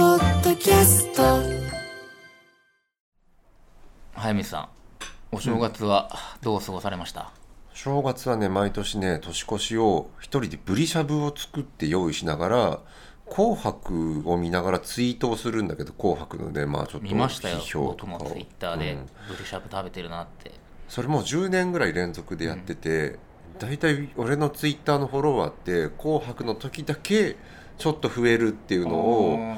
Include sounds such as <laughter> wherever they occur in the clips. キャスト早見さんお正月はどう過ごされました、正月はね毎年ね年越しを一人でブリしゃぶを作って用意しながら「紅白」を見ながらツイートをするんだけど「紅白」のねまあちょっと見ましたよ批評僕とかもをツイッターでうんブリシャブ食べてるなって、それもう10年ぐらい連続でやってて、だいたい俺のツイッターのフォロワーって「紅白」の時だけちょっと増えるっていうのを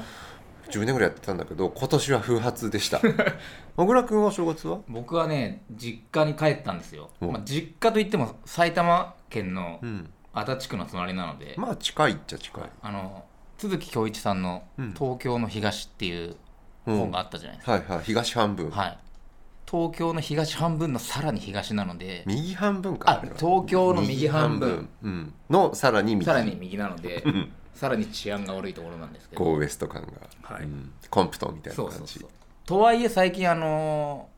10年ぐらいやってたんだけど今年は不発でした <laughs> 小倉君は正月は僕はね実家に帰ったんですよ、うんまあ、実家といっても埼玉県のうん足立区の隣なので、まあ近いっちゃ近い、あの都築恭一さんのうん「東京の東」っていううん本があったじゃないですか、はいはい東半分、はい東京の東半分のさらに東なので右半分かあれは東京の右半分うんのさらに右さらに右なのでんさらに治安が悪いところなんですけどこうウエスト感が、はいうんコンプトンみたいなそう感じそうそうとはいえ最近あの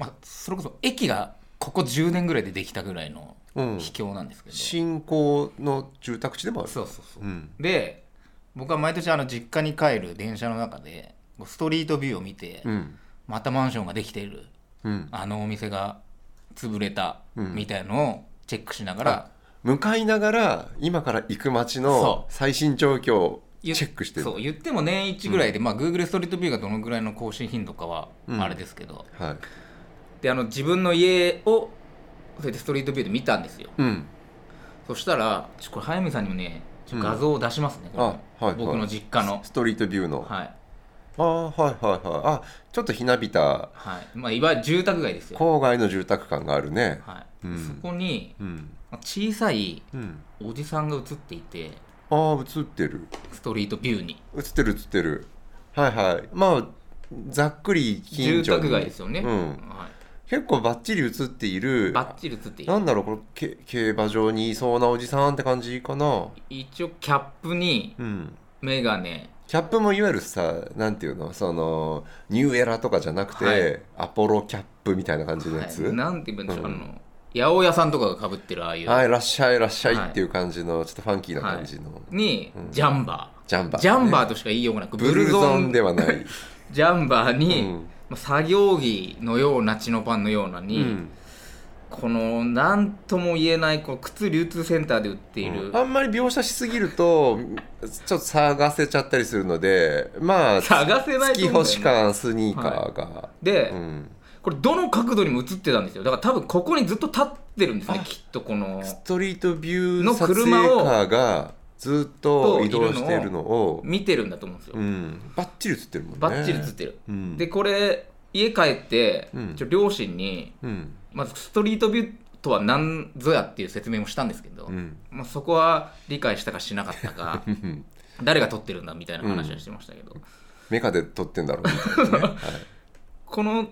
ーまあ、それこそ駅がここ10年ぐらいでできたぐらいのうん秘境なんですけど、新興の住宅地でもあるそうそうそう、うんで僕は毎年あの実家に帰る電車の中でこうストリートビューを見て、うんまたマンションができているうんあのお店が潰れたうんみたいのをチェックしながら、向かいながら今から行く街のそ最新状況をチゆェックしてるそう言っても年一ぐらいで、まあ、Google ストリートビューがどのぐらいの更新頻度かはうんあれですけど、はいであの自分の家をそうやってストリートビューで見たんですようんそしたらちょこれ早見さんにもねちょ画像を出しますね、うんこあれはい僕の実家のストリートビューの、あはい、あーはいはいはいあちょっとひなびたはいまあ、いわゆる住宅街ですよ、郊外の住宅感があるねはいうんそこにうんまあ小さいうんおじさんが映っていてああ映ってるストリートビューに映ってる映ってるはいはいまあざっくり近住所に宅街ですよね、うん、は結構ばっちり映っていい、るバッチリ映っているなんだろうこのけ競馬場にいそうなおじさんって感じかな一応キャップにうんメガネキャップもいわゆるさなんていうのそのニューエラとかじゃなくて、はいアポロキャップみたいな感じのやつ、はい、あなんて言うんでしょう、うんあの八百屋さんとかがかぶってるああいう、あいらっしゃいいらっしゃいはいっていう感じの、ちょっとファンキーな感じの、にジャンバジャンバーー、ジャンバーとしか言いようがなくブルゾンではない、ジャンバーに、うんまあ作業着のようなチノパンのようなうに、んこの何とも言えないこう靴流通センターで売っている、あんまり描写しすぎるとちょっと探せちゃったりするのでまあ探せないと月思うんだよね星感スニーカーが、で、うん、これどの角度にも映ってたんですよだから多分ここにずっと立ってるんですねあきっとこのストリートビュのー撮影カ車をーがずっと移動しているのを見てるんだと思うんですよ、うん、バッチリ映ってるもんねバッチリ映ってる、うん、でこれ家帰って、うんちょ両親にうんまずストリートビューとは何ぞやっていう説明もしたんですけど、うんまあ、そこは理解したかしなかったかうん誰が撮ってるんだみたいな話はしてましたけど、メカで撮ってんだろうみたいな <laughs> ね、はいこの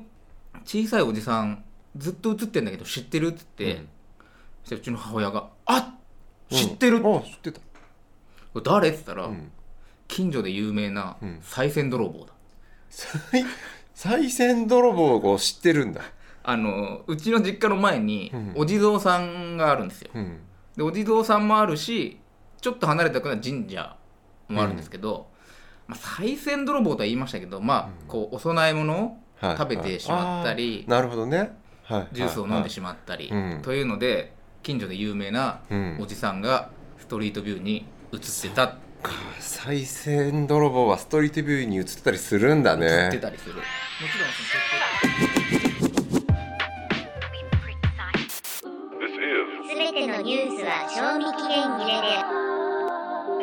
小さいおじさんずっと映ってんだけど知ってるっつって、うんそしてうちの母親が「あっ知ってるうんあ知ってた、誰?」って言ったら、うん、近所で有名なうん賽銭泥棒だ、さい賽銭泥棒を知ってるんだ、あのうちの実家の前にうんお地蔵さんがあるんですようんでお地蔵さんもあるしちょっと離れたから神社もあるんですけど、まあ、賽銭泥棒とは言いましたけどまあこうお供え物をはい、食べてしまったりあーなるほどね、はい、ジュースを飲んでししまったり、うんというので近所で有名なうんおじさんがストリートビューに映ってた、再銭泥棒はストリートビューに映ってたりするんだ映ねってたりするもちろんその This is すべてのニュースは賞味期限切れで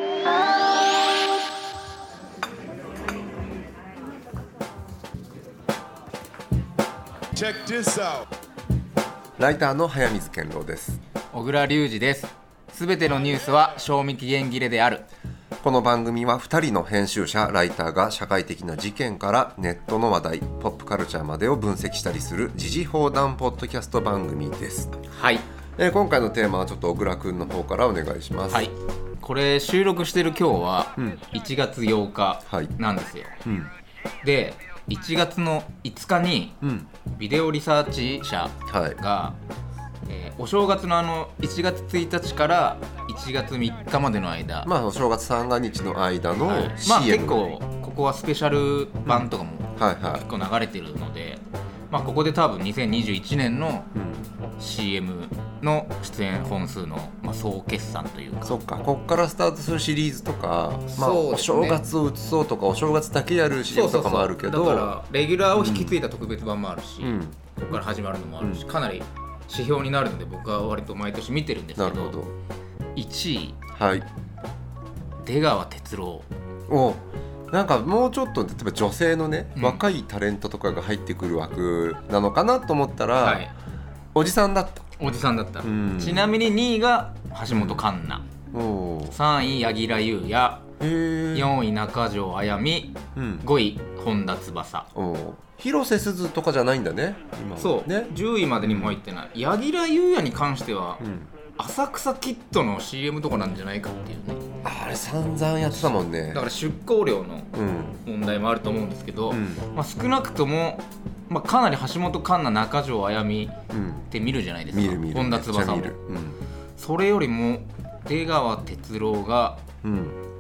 ライターの早水健郎です小倉隆二ですすべてのニュースは賞味期限切れであるこの番組は2人の編集者ライターが社会的な事件からネットの話題ポップカルチャーまでを分析したりする時事放談ポッドキャスト番組です、はいえー今回のテーマはちょっと小倉くんの方からお願いしますはいこれ収録してる今日は1月8日はいなんですよ、うんで1月の5日にうんビデオリサーチ社はいが、えーお正月のあの1月1日から1月3日までの間、まあお正月三が日の間のはい CM、まあ結構ここはスペシャル版とかもはいは結構流れてるので、まあ、ここで多分2021年のい、うん、 CM の出演本数の、まあ、総決算というかそっかこっからスタートするシリーズとか、まあそうおですね正月を移そうとかお正月だけやるシリーズとかもあるけどだからレギュラーを引き継いだ特別版もあるし、うん、ここから始まるのもあるし、かなり指標になるので僕は割と毎年見てるんですけなどるほど1位はい出川哲朗おなんかもうちょっと例えば女性のね、うん若いタレントとかが入ってくる枠なのかなと思ったら、はいおじさんだった、おじさんだった、うんちなみに2位が橋本環奈、おー3位柳楽優弥へえ4位中条あやみうん、 5位本田翼おー広瀬すずとかじゃないんだね今はそう、ね、 10位までにも入ってない柳楽優弥に関しては、うん、浅草キッドの CM とかなんじゃないかっていうねあれ散々やってたもんねだから出向料のうん問題もあると思うんですけど、うんまあ、少なくとも、まあ、かなり橋本環奈中条あやみうんって見るじゃないですか見る見る本田翼めをっちゃ見るそれよりも出川哲朗がうん、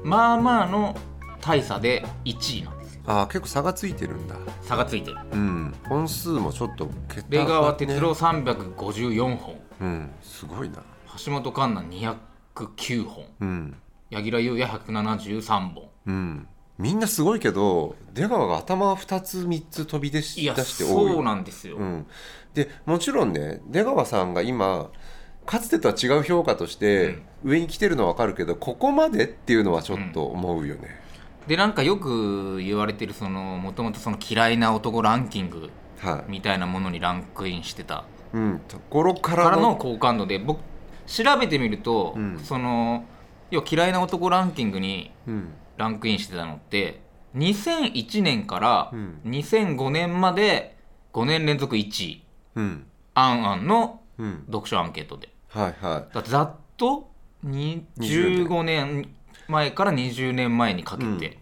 うん、まあまあの大差で1位なんですよあー結構差がついてるんだ差がついてるうん本数もちょっと桁出が川ね哲朗354本うんすごいな橋本環奈209本うん柳楽優弥173本うんみんなすごいけど出川が頭2つ3つ飛び出しいや出して多いそうなんですよ、うん、でもちろんね出川さんが今かつてとは違う評価として上に来てるのは分かるけど、ここまでっていうのはちょっと思うよね、でなんかよく言われてるそのもともとその嫌いな男ランキングはい、みたいなものにランクインしてたうん、ところかかららのの好感度で僕調べてみると、うんその要は嫌いな男ランキングにうんランクインしてたのって2001年からうん2005年まで5年連続1位うんアンアンのうん読書アンケートではいはだってざっとに15年前から20年前にかけて、い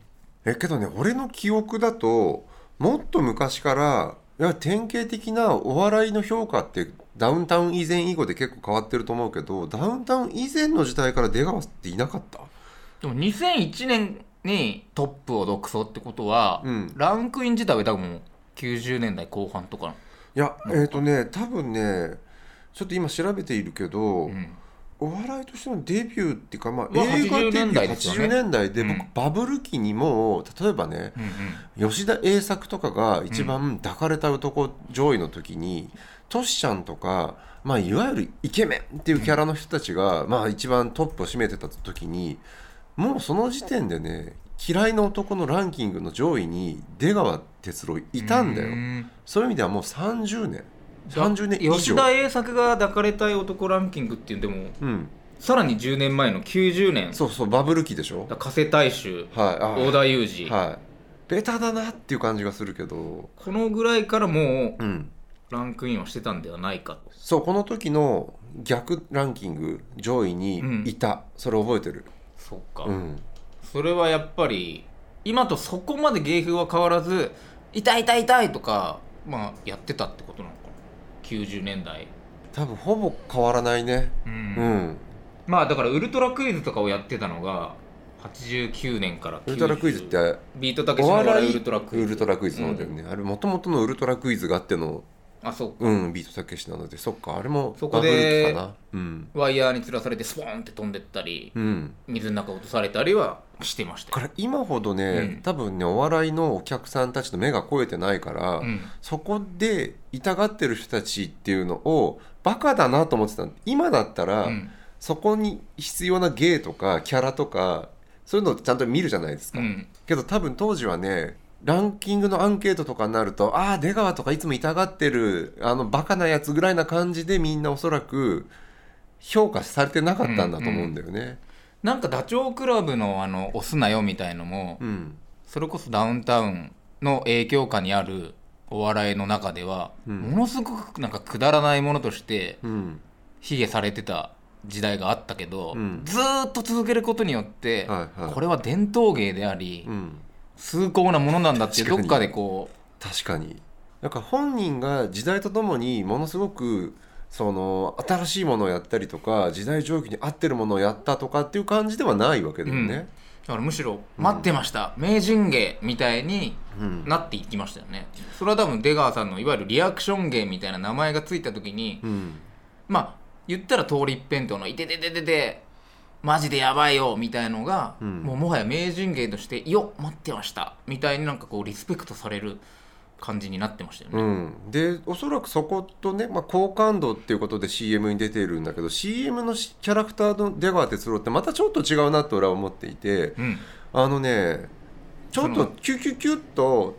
えけどね俺の記憶だともっと昔からいや典型的なお笑いの評価ってダウンタウン以前以後で結構変わってると思うけどダウンタウン以前の時代から出川っていなかったでも2001年にトップを独走ってことは、うんランクイン自体は多分もう90年代後半とかの、いやえっ、とね多分ねちょっと今調べているけど、うんお笑いとしてのデビューっていうか、まあ、まあ映画デビュ80年代ーですよね80年代で僕、うんバブル期にも例えばねうんうん、吉田栄作とかが一番抱かれた男上位の時に、トシちゃんとか、まあ、いわゆるイケメンっていうキャラの人たちが、まあ、一番トップを占めてた時にもうその時点でね嫌いな男のランキングの上位に出川哲朗いたんだよ、うんそういう意味ではもう30年30年以上吉田栄作が抱かれたい男ランキングっていうでもうん、さらに10年前の90年そうそうバブル期でしょ加瀬大衆はいあ織田裕二、はい、ベタだなっていう感じがするけど、このぐらいからもううん、ランクインはしてたんではないかとそうこの時の逆ランキング上位にいた、それ覚えてる、そっか、うん、それはやっぱり今とそこまで芸風は変わらず痛い痛い痛いとか、まあ、やってたってことなのかな90年代多分ほぼ変わらないねうん、うん、まあだからウルトラクイズとかをやってたのが89年から90ウルトラクイズってビートたけしおのお笑笑いいウルトラクイズのだよね、あれもともとのウルトラクイズがあっての、あそううん、ビートたけしなのでそっかあれもそこでバブル期かなうん、ワイヤーに吊らされてスポーンって飛んでったりうん、水の中落とされたりはしてましただかよら今ほどね、うん多分ねお笑いのお客さんたちの目が肥えてないから、うんそこで痛がってる人たちっていうのをバカだなと思ってた今だったら、うんそこに必要な芸とかキャラとかそういうのをちゃんと見るじゃないですうか、んけど多分当時はねランキングのアンケートとかになるとああ出川とかいつも痛がってるあのバカなやつぐらいな感じでみんなおそらく評価されてなかったんだと思うんだよね。なんかダチョウ倶楽部のあの「押すなよ」みたいのもうんそれこそダウンタウンの影響下にあるお笑いの中では、うんものすごくなんかくだらないものとしてうん卑下されてた時代があったけど、うんずーっと続けることによって、はいはいこれは伝統芸であり、うん崇高なものなんだっていう確どかっにかでこ確かになんか本人が時代とともにものすごくその新しいものをやったりとか時代状況に合ってるものをやったとかっていう感じではないわけだよね。うだからむしろ待ってました、名人芸みたいにうんなっていきましたよねそれは多分出川さんのいわゆるリアクション芸みたいな名前がついた時に、うんまあ言ったら通り一辺倒の「いてててててマジでやばいよ」みたいのが、うんもうもはや名人芸として「よ待ってました」みたいになんかこうリスペクトされる感じになってましたようね。ん、でおそらくそことね、まあ、好感度っていうことで CM に出ているんだけど CM のしキャラクターの出川哲朗ってまたちょっと違うなと俺は思っていてうんあのねちょっそのとキュキュキュッと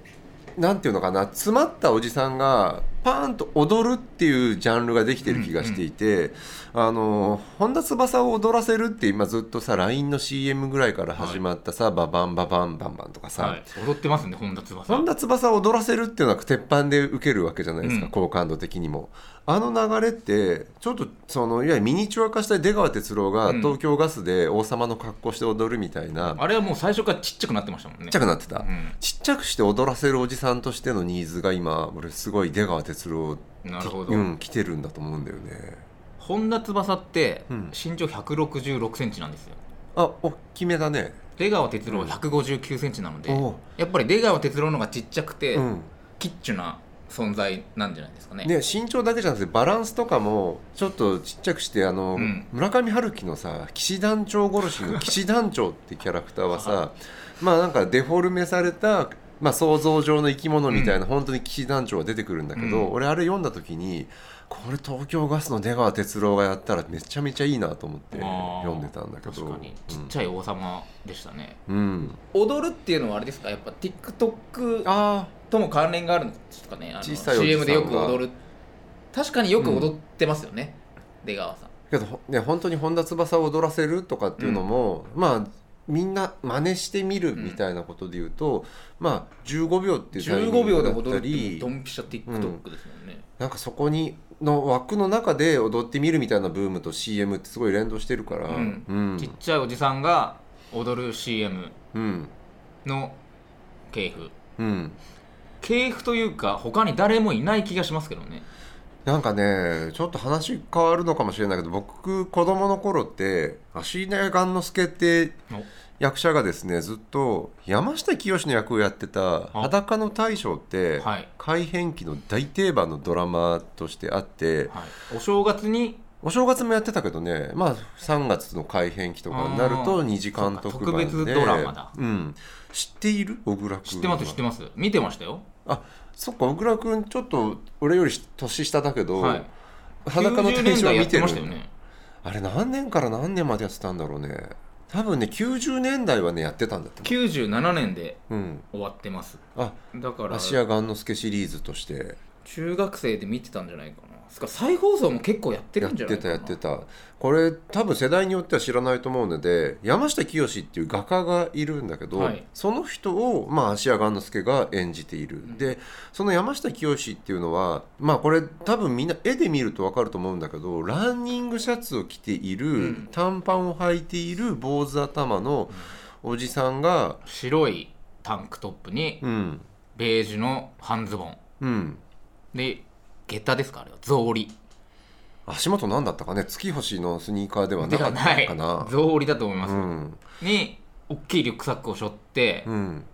なんていうのかな詰まったおじさんがパーンと踊るっていうジャンルができてる気がしていて、あの本田翼を踊らせるって今ずっとさ LINE の CM ぐらいから始まったさ、ババンババンバンバンとかさ、はい、踊ってますね本田翼本田翼を踊らせるっていうのは鉄板で受けるわけじゃないですか、うん好感度的にもあの流れってちょっとそのいわゆるミニチュア化した出川哲朗がうん東京ガスで王様の格好して踊るみたいな、ちっあれはもう最初からちっちゃくなってましたもんね。ちゃくなってた、うんちっちゃくして踊らせるおじさんとしてのニーズが今俺すごい出川哲朗なるほどうん、来てるんだと思うんだよね本田翼ってうん身長166センチなんですよ。あおっきめだね出川哲朗は159センチなので、おうやっぱり出川哲朗の方がちっちゃくて、うんキッチュな存在なんじゃないですかね。ね、身長だけじゃなくてバランスとかもちょっとちっちゃくしてあの、うん村上春樹のさ騎士団長殺 <laughs> しの騎士団長ってキャラクターはさまあなんかデフォルメされた、まあ、想像上の生き物みたいな、本当に騎士団長が出てくるんだけど、うん俺あれ読んだ時にこれ東京ガスの出川哲朗がやったらめちゃめちゃいいなと思ってあー読んでたんだけど確かにちっちゃい王様でしたね、うん、うん踊るっていうのはあれですかやっぱ TikTok あとも関連があるんですかねあの小さいおじさん CM がでよく踊る確かによく踊ってますよね、出川さんーけどほね本当に本田翼を踊らせるとかっていうのも、まあみんな真似してみるみたいなことで言うと、まあ15秒っていうタイミング15秒でだった踊るってもうりドンピシャ TikTok ですもんね、なんかそこにの枠の中で踊ってみるみたいなブームと CM ってすごい連動してるから、うんうんちっちゃいおじさんが踊る CM うんの系譜うん系譜というか他に誰もいない気がしますけどねなんかねちょっと話変わるのかもしれないけど僕子供の頃って足稲雁之助ってお役者がですねずっと山下清の役をやってた「裸の大将」ってはい改変期の大定番のドラマとしてあってはい、お正月にお正月もやってたけどねまあ3月の改変期とかになるとあー2時間特番でそうか特別ドラマだうん、知っている小倉君知ってます知ってます見てましたよあそっか小倉君ちょっと俺より年下だけど、はい裸の90大年将代や見っててまるしたよねあれ何年から何年までやってたんだろうね多分ね90年代はねやってたんだって97年でうん終わってますあだから芦屋雁之助シリーズとして中学生で見てたんじゃないかなすか再放送も結構やってやるっんじゃなていかたなやってたこれ多分世代によっては知らないと思うので山下清っていう画家がいるんだけど、はいその人を、まあ、芦屋雁之助が演じている、でその山下清っていうのはまあこれ多分みんな絵で見ると分かると思うんだけどランニングシャツを着ている、うん短パンを履いている坊主頭のおじさんが白いタンクトップにうんベージュの半ズボンうんで下駄ですかあれは草履足元なんだったかね月星のスニーカーではなでかはったないか草な。履だと思いうまんすに大きいリュックサックを背負ってうん、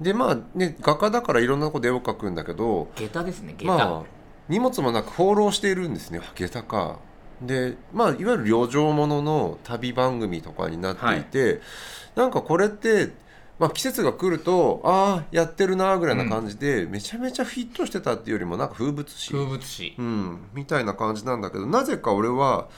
でまあね画家だからいろんなとこで絵を描くんだけど下駄ですね下駄まあ荷物もなく放浪しているんですねあ下駄か。でまあいわゆる旅情ものの旅番組とかになっていて、なんかこれって、まあ、季節が来るとああやってるなぐらいな感じで、めちゃめちゃフィットしてたっていうよりもなんか風物詩、風物詩うん、みたいな感じなんだけどなぜか俺は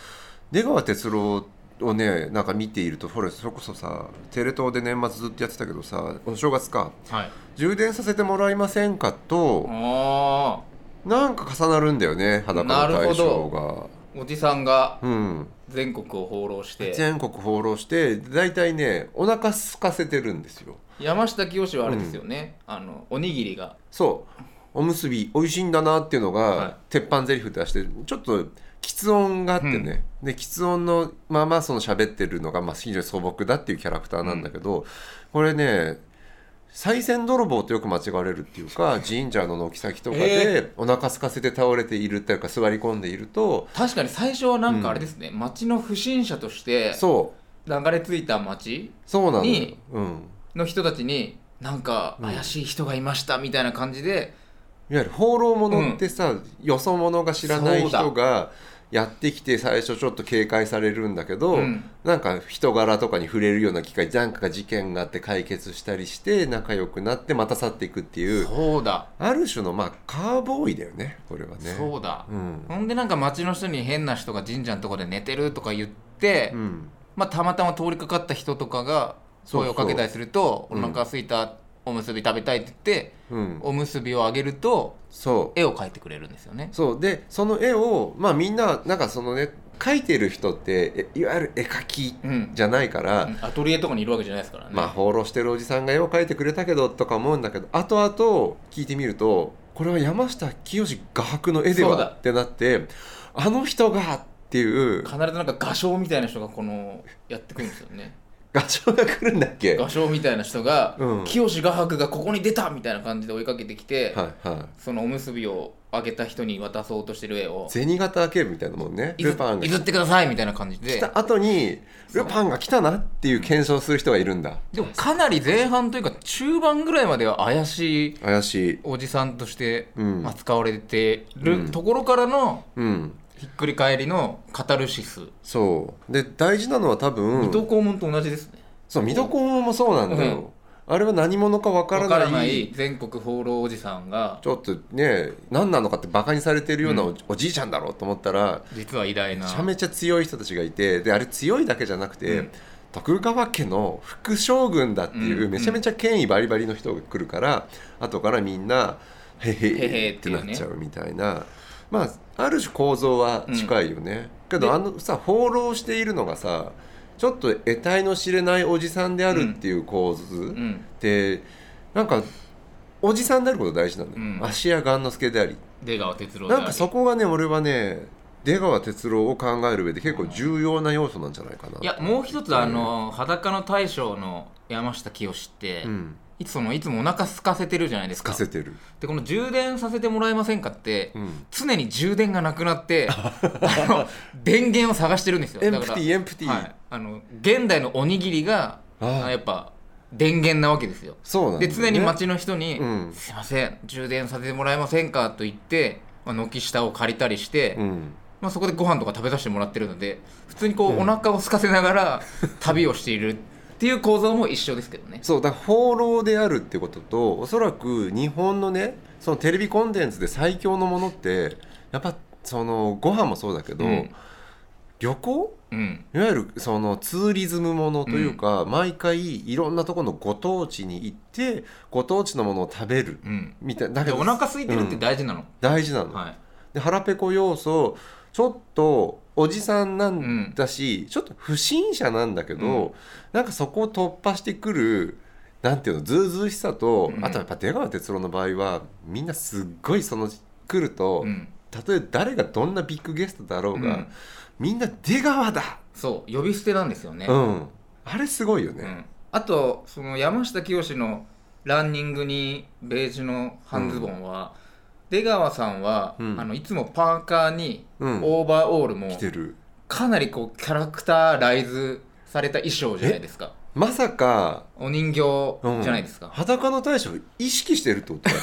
出川哲朗をねなんか見ているとそれそれこそさテレ東で年末ずっとやってたけどさお正月かはい充電させてもらえませんかとあなんか重なるんだよね裸の大将が。あおじさんがうん、全国を放浪して全国放浪して大体ねお腹空かせてるんですよ山下清はあれですよね、あのおにぎりがそうおむすび美味しいんだなっていうのはいが鉄板ゼリフ出してちょっと喫音があってね、で喫音のままその喋ってるのがまあ非常に素朴だっていうキャラクターなんだけど、これね賽銭泥棒とよく間違われるっていうか神社の軒先とかでお腹空かせて倒れているっていうか座り込んでいると確かに最初はなんかあれですね、町の不審者としてそ流れ着いた町そうなのよにうんの人たちになんか怪しい人がいましたみたいな感じで、いわゆる放浪者ってさ、よそ者が知らないそ人うがやってきて最初ちょっと警戒されるんだけど、うんなんか人柄とかに触れるような機会なんか事件があって解決したりして仲良くなってまた去っていくっていうそうだ、ある種のまあカーボーイだよねこれはね。そうだ、うんほんでなんか町の人に変な人が神社のとこで寝てるとか言って、うんまあ、たまたま通りかかった人とかがそう声そうをかけたりすると「うんお腹空いたおむすび食べたい」って言って、うん、おむすびをあげるとそう絵を描いてくれるんですよね。そうでその絵をまあみんななんかそのね描いてる人ってえいわゆる絵描きうん、じゃないから、アトリエとかにいるわけじゃないですからね。まあ放浪してるおじさんが絵を描いてくれたけどとか思うんだけど後々聞いてみるとこれは山下清画伯の絵でそうはだってなってあの人がっていう必ずなんか画商みたいな人がこのやってくるんですよね。画商が来るんだっけは画商みたいな人がうん清画伯がここに出たみたいな感じで追いかけてきて、いはいそのおむすびをあげた人に渡そうとしてる絵を銭形警部みたいなもんね譲ルパンが譲ってくださいみたいな感じ来でた後にそうルパンが来たなっていう検証する人がいるんだでもかなり前半というか中盤ぐらいまでは怪しい怪しいおじさんとしてうん扱われてうるんところからのうんひっくり返りのカタルシス、そうで大事なのは多分水戸黄門と同じですねそう水戸黄門もそうなんだよ、あれは何者かわかわらかないらない全国放浪おじさんがちょっとね何なのかってバカにされてるようなお,、じいちゃんだろうと思ったら実は偉大なめちゃめちゃ強い人たちがいてであれ強いだけじゃなくて、うん徳川家の副将軍だっていう、うんめちゃめちゃ権威バリバリの人が来るから後からみんな「へへへへへ」ってなっちゃうみたいな、まあある種構造は近いよね。けでどあのさ放浪しているのがさちょっと得体の知れないおじさんであるっていう構図、うんでなんかおじさんであること大事なんだよ、うん芦屋雁之助であり出川哲朗であなりんかそこがね俺はね出川哲朗を考える上で結構重要な要素なんじゃないかないやもう一つあの裸の大将の山下清って、うんいつもいつもお腹空かせてるじゃないですつかかせてる、でこの充電させてもらえませんかって、うん、常に充電がなくなって <laughs> あの電源を探してるんですよエンだプかテらィエンプティ、はい、あの現代のおにぎりがあーあやっぱ電源なわけですよそうなんだでよね常に街の人に「うんすいません充電させてもらえませんか?」と言って、まあ、軒下を借りたりして、うんまあ、そこでご飯とか食べさせてもらってるので普通にこう、お腹を空かせなが <laughs> ら旅をしているっていう構造も一緒ですけどね。そうだから放浪であるってこととおそらく日本のねそのテレビコンテンツで最強のものってやっぱそのご飯もそうだけど、うん旅行うんいわゆるそのツーリズムものというか、毎回いろんなところのご当地に行ってご当地のものを食べるうん、みたいなだでお腹空いてるってうん大事なの、大事なの、はい、で腹ペコ要素ちょっとおじさんなんだし、ちょっと不審者なんだけど、うなんかそこを突破してくるなんていうのずうずうしさと、うんあとやっぱ出川哲朗の場合はみんなすっごいその来ると、うん、たとえ誰がどんなビッグゲストだろうが、うんみんな出川だそう呼び捨てなんですよね、うん、あれすごいよね、うんあとその山下清のランニングにベージュの半ズボンは、出川さんは、うんあのいつもパーカーにうんオーバーオールも来てるかなりこうキャラクターライズされた衣装じゃないですかまさか、お人うん形じゃないですか、裸の大将意識してるってことだよ、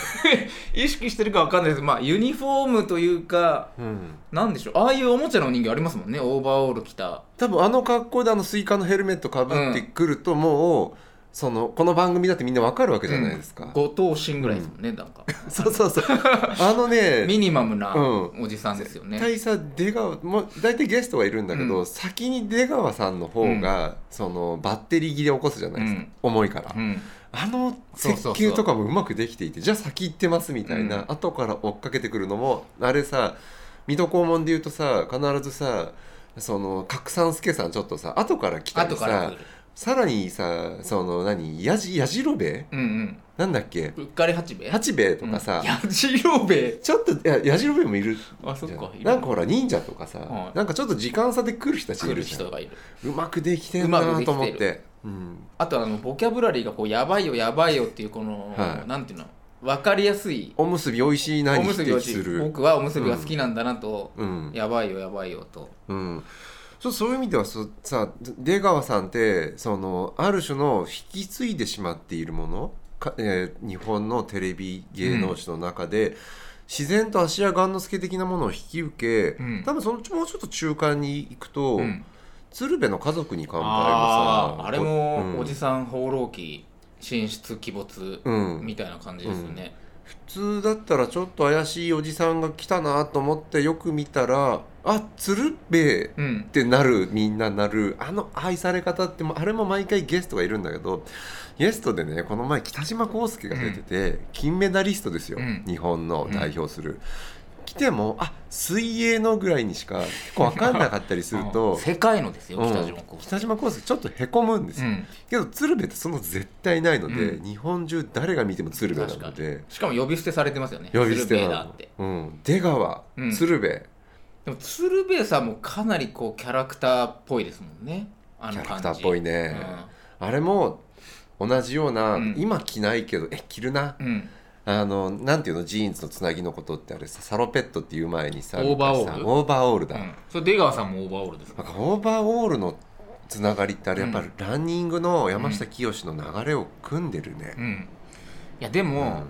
意識してるかわかんないですまあユニフォームというか <laughs> うん、なんでしょうああいうおもちゃのお人形ありますもんねオーバーオール着た多分あの格好であのスイカのヘルメットかぶってくるともう、そのこの番組だってみんなわかるわけじゃないですか、五等身ぐらいですもんね、なんかそうそう <laughs> そうあのねミニマムなうんおじさんですよね、大体さ出川もう大体ゲストがいるんだけど、うん先に出川さんの方が、そのバッテリー切れ起こすじゃないですか、うん重いから、うんあのそうそ設うそう計とかもうまくできていてじゃあ先行ってますみたいうな、ん後から追っかけてくるのもあれさ水戸黄門で言うとさ必ずさその角三助さんちょっとさ後から来たり後からさ来るさらにさその何やじやじろべえうんうんなんだっけうっかり八兵衛八兵衛とかさ、やじろべえちょっといややじろべえもいるあそっかいるなんかほら忍者とかさ、はいなんかちょっと時間差で来る人たち来いるるじゃん人がいるうまくできてんなうまくできてとる思って、うん、あとあのボキャブラリーがこうやばいよやばいよっていうこの、はいなんていうの分かりやすいおむすびおいしいなおにむ匹すびを敵しする僕はおむすびが好きなんだなと、うんやばいよやばいよとうん、ちょっとそういう意味ではそさ出川さんってそのある種の引き継いでしまっているものか、えー日本のテレビ芸能史の中で、自然と芦屋雁之助的なものを引き受け、うん多分そのもうちょっと中間に行くと、うん鶴瓶の家族に乾杯もあさーあれうんもおじさん放浪記進出鬼没うんみたいな感じですよね、普通だったらちょっと怪しいおじさんが来たなと思ってよく見たらあ鶴瓶うんってなるみんななるあの愛され方ってもうあれも毎回ゲストがいるんだけどゲストでねこの前北島康介が出てて、金メダリストですよ、うん日本の代表する。来てもあ水泳のぐらいにしか結構分かんなかったりするうん <laughs> と世界のですようん北島康介北島康介ちょっとへこむんですよ、うんけど鶴瓶ってその絶対ないので、うん日本中誰が見ても鶴瓶な確かのにでしかも呼び捨てされてますよね呼び捨て鶴瓶なだのってうん、出川、うん鶴瓶でも鶴瓶さんもかなりこうキャラクターっぽいですもんねあキのャラ感クじターっぽいね、あれも同じような、うん今着ないけどえ着るなうん、うんあのなんていうのジーンズのつなぎのことってあれさサロペットっていう前にさオーバーオール昔さオーバーオールうだ、ん、それ出川さんもオーバーオールですかなんかオーバーオールのつながりってあれやっぱうりランニングの山下清の流れを組んでるねう、んいやでうんも、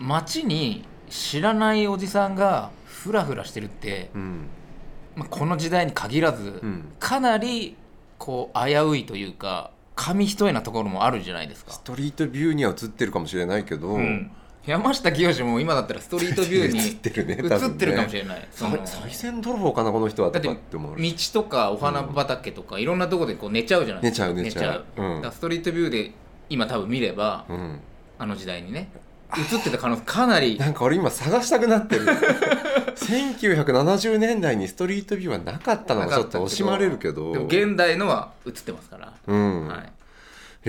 街に知らないおじさんがフラフラしてるって、うんまあ、この時代に限らず、うんかなりこう危ういというか紙一重なところもあるじゃないですかス、トリートビューには映ってるかもしれないけど、うん、山下清も今だったらストリートビューに <laughs> 映ってるね多分映ねってるかもしれない、そのさいさい銭泥棒かなこの人はとかって思う道とかお花畑とかいろんなとこでこう寝ちゃうじゃない寝ですちかゃう寝ちゃうだからストリートビューで今多分見ればうんうんあの時代にね映ってた可能性かな <laughs> りなんか俺今探したくなってる1970年代にストリートビューはなかったのながかっちょたっけどと惜しまれるけどでも現代のは映ってますから、うんはい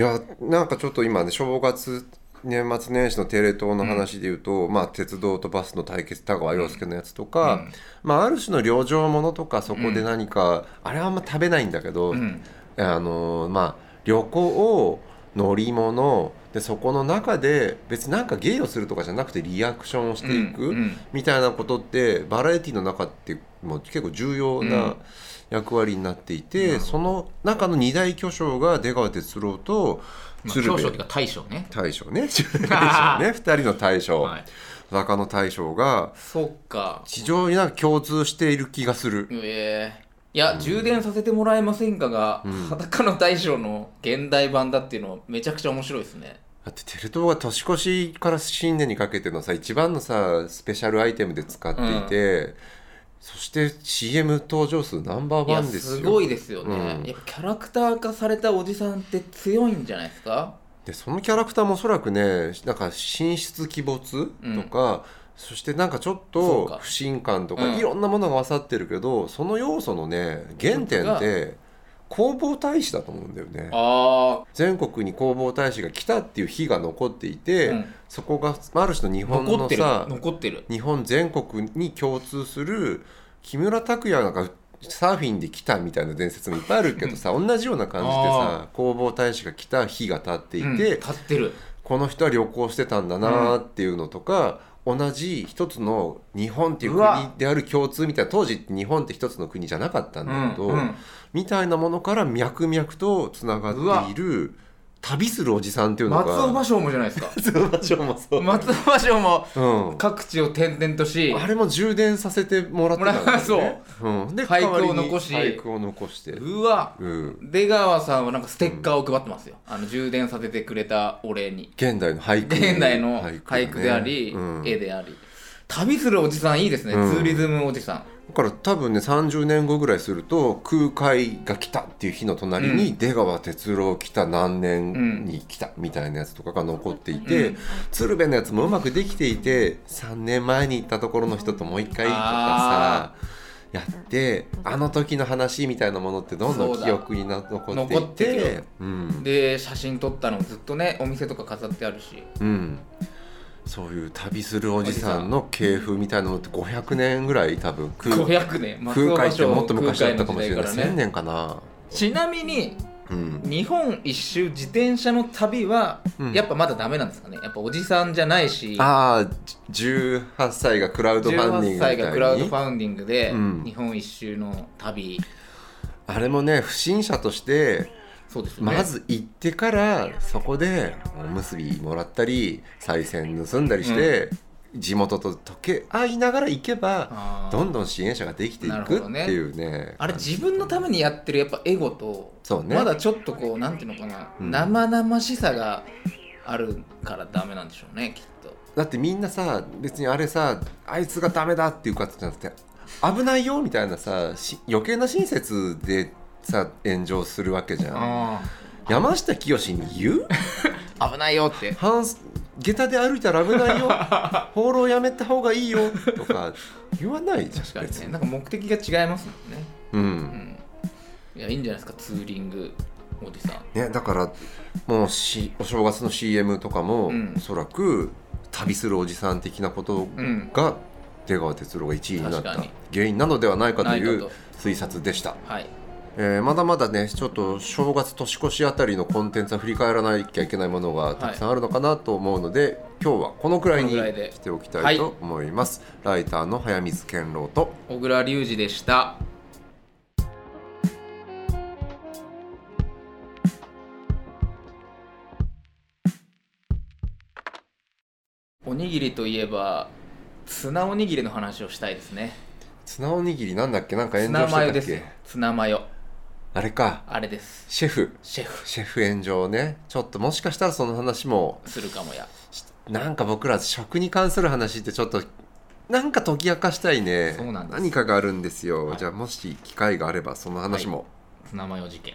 い、やなんかちょっと今ね正月年末年始のテレ東の話でいうと、まあ、鉄道とバスの対決田川陽介のやつとか、うんまあ、ある種の旅情ものとかそこで何か、あれはあんま食べないんだけど、うんあのまあ旅行を乗り物でそこの中で別になんか芸をするとかじゃなくてリアクションをしていく、うんうんみたいなことってバラエティの中ってもう結構重要うんな役割になっていて、うんその中の二大巨匠が出川哲朗とまあ、鶴長瓶所というか大将ね、大将ね大将 <laughs> ね二人の大将、はい、中野大将がそっか非常になんか共通している気がする。ええいや、充電させてもらえませんかが、うん裸の大将の現代版だっていうのはめちゃくちゃ面白いですねだってテレ東が年越しから新年にかけてのさ一番のさスペシャルアイテムで使っていて、そして CM 登場数ナンバーいやワンですよすごいですよね、うんやっぱキャラクター化されたおじさんって強いんじゃないですかでそのキャラクターもおそらくねなんか神出鬼没とか、そしてなんかちょっそうかと不信感とかうんいろんなものが合わさってるけど、その要素のね原点って弘法大使だと思うんだよねああ全国に弘法大使が来たっていう日が残っていて、うんそこがある種の日本残っのてるさ残ってる日本全国に共通する木村拓哉なんかサーフィンで来たみたいな伝説もいっぱいあるけどさ同じような感じでさ弘法大使が来た日が経っていて、うん立ってるこの人は旅行してたんだなーっていうのとか、同じ一つの日本っていううわ国である共通みたいな当時って日本って一つの国じゃなかったんだけど、うんうんみたいなものから脈々とつながっている旅するおじさんっていうの松尾芭が蕉もじゃない <laughs> ですか松尾芭蕉もそう、松尾芭蕉もうん、各地を転々としあれも充電させてもらってたんだよね。うん、で俳句を代わりに残し俳句を残して。うわうん。出川さんはなんかステッカーを配ってますよ、あの充電させてくれたお礼に現代の俳句。現代のだね俳句であり、うん絵であり旅するおじさんいいですね、うんツーリズムおじさんだから多分ね30年後ぐらいすると空海が来たっていう日の隣に、出川哲朗来た何年に来たみたいなやつとかが残っていて、うん鶴瓶のやつもうまくできていて3年前に行ったところの人ともう一回とかさやってあの時の話みたいなものってどんそどうんだ記憶にな残ってい残ってるようん、で写真撮ったのずっとねお店とか飾ってあるしうん、そういう旅するおじさんの系譜みたいなのって500年ぐらい多分空500年松空尾芭海って蕉もっと昔だったかもしれない、空海の時代1000からね年かな、ちなみにうん、日本一周自転車の旅は、うんやっぱまだダメなんですかねやっぱおじさんじゃないしああ18歳がクラウドファンディング18みた歳いにがクラウドファンディングでうん日本一周の旅あれもね不審者としてそうですよねまず行ってからそこでおむすびもらったり賽銭盗んだりして、地元と溶け合いながら行けばあーどんどん支援者ができていなるくほっどてねいうねあれ自分のためにやってるやっぱエゴと、そうねまだちょっとこうなんていうのかな、うん生々しさがあるからダメなんでしょうねきっと。だってみんなさ別にあれさあいつがダメだっていうかじゃなくて危ないよみたいなさし余計な親切でさ炎上するわけじゃん山下清に言う危ないよって。半下駄で歩いたら危ない <laughs> よ放浪やめた方がいいよとか言わないじゃん確かに別ねになんか目的が違いますもんね。ううんん。いやいいんじゃないですかツーリングおじさん。ね、だからもうしお正月の CM とかも、うんおそらく旅するおじさん的なことうんが、出川哲朗が1位になった確かに原因なのではないかといないかうと推察でした、はい。えーまだまだねちょっと正月年越しあたりのコンテンツは振り返らなきゃいけないものがたくさんあるのかなと思うので、今日はこのくらいにこのくらいでしておきたいと思います、ライターの早水健郎と小倉隆二でした。おにぎりといえばツナおにぎりの話をしたいですね。ツナおにぎりなんだっけなんかツ炎ナ上しマヨでてたっすよけ。ツナマヨあれかあれです。シェフシェフシェフ炎上ねちょっともしかしたらその話もするかもや。なんか僕ら食に関する話ってちょっとなんか解き明かしたいねそうなんです何かがあるんですよ、はいじゃあもし機会があればその話も、ツナマヨ事件。